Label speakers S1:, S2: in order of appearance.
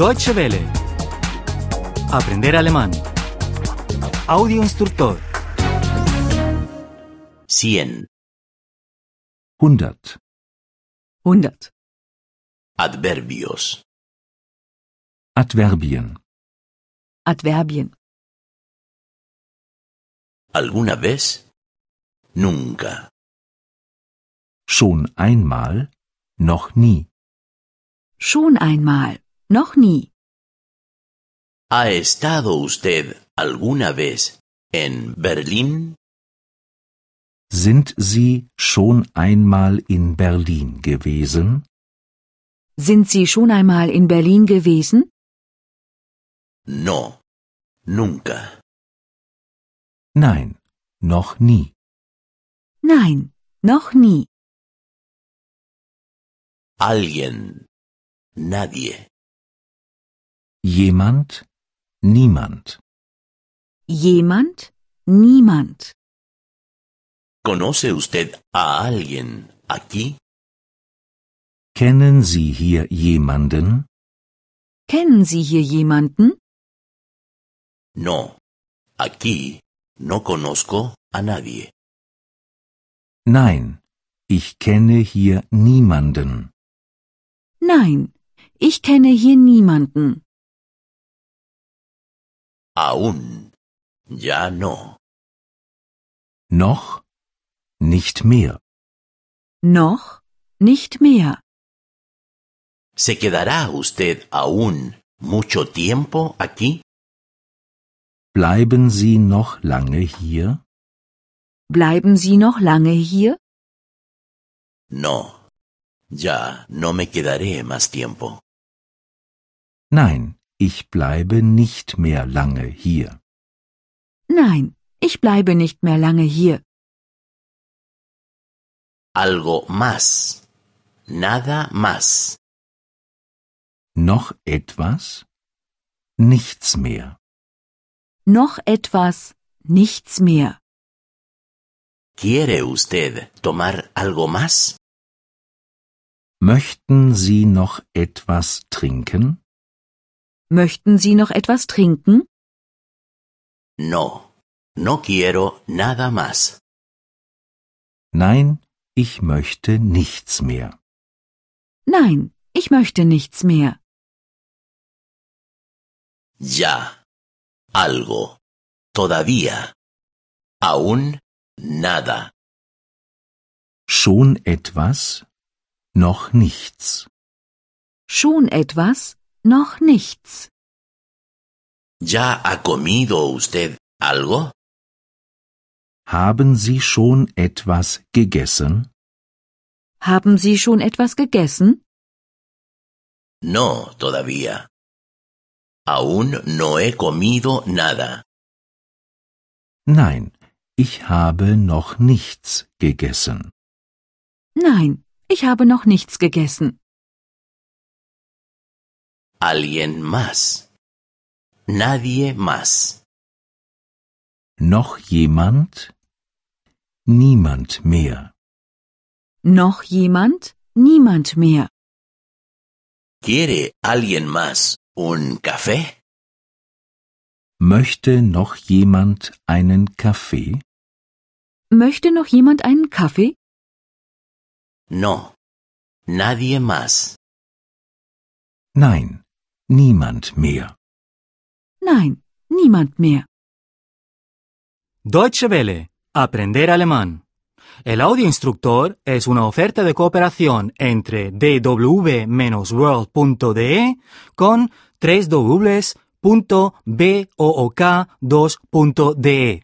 S1: Deutsche Welle. Aprender alemán. Audio instructor.
S2: 100.
S3: 100.
S4: 100.
S2: Adverbios.
S3: Adverbien.
S4: Adverbien.
S2: ¿Alguna vez? Nunca.
S3: Schon einmal, noch nie.
S4: Schon einmal. Noch nie.
S2: ¿Ha estado usted alguna vez en Berlín?
S3: Sind Sie schon einmal in Berlin gewesen?
S4: Sind Sie schon einmal in Berlin gewesen?
S2: No. Nunca.
S3: Nein, noch nie.
S4: Nein, noch nie.
S2: Alguien. Nadie.
S3: Jemand? Niemand.
S4: Jemand? Niemand.
S2: ¿Conoce usted a alguien aquí?
S3: Kennen Sie hier jemanden?
S4: Kennen Sie hier jemanden?
S2: No. Aquí no conozco a nadie.
S3: Nein, ich kenne hier niemanden.
S4: Nein, ich kenne hier niemanden.
S2: Aún. Ya no.
S3: Noch? Nicht mehr.
S4: Noch? Nicht mehr.
S2: ¿Se quedará usted aún mucho tiempo aquí?
S3: Bleiben Sie noch lange hier?
S4: Bleiben Sie noch lange hier?
S2: No. Ya no me quedaré más tiempo.
S3: Nein, ich bleibe nicht mehr lange hier.
S4: Nein, ich bleibe nicht mehr lange hier.
S2: Algo más. Nada más.
S3: Noch etwas? Nichts mehr.
S4: Noch etwas? Nichts mehr.
S2: ¿Quiere usted tomar algo más?
S3: Möchten Sie noch etwas trinken?
S4: Möchten Sie noch etwas trinken?
S2: No. No quiero nada más.
S3: Nein, ich möchte nichts mehr.
S4: Nein, ich möchte nichts mehr.
S2: Ya. Algo. Todavía. Aún nada.
S3: Schon etwas? Noch nichts.
S4: Schon etwas? Noch nichts.
S2: ¿Ya ha comido usted algo?
S3: Haben Sie schon etwas gegessen?
S4: Haben Sie schon etwas gegessen?
S2: No, todavía. Aún no he comido nada.
S3: Nein, ich habe noch nichts gegessen.
S4: Nein, ich habe noch nichts gegessen.
S2: Alguien más. Nadie más.
S3: Noch jemand? Niemand mehr.
S4: Noch jemand? Niemand mehr.
S2: ¿Quiere alguien más un café?
S3: Möchte noch jemand einen Kaffee?
S4: Möchte noch jemand einen Kaffee?
S2: No. Nadie más.
S3: Nein, niemand mehr.
S4: Nein, niemand mehr.
S1: Deutsche Welle. Aprender alemán. El audio instructor es una oferta de cooperación entre dw-world.de con 3 2de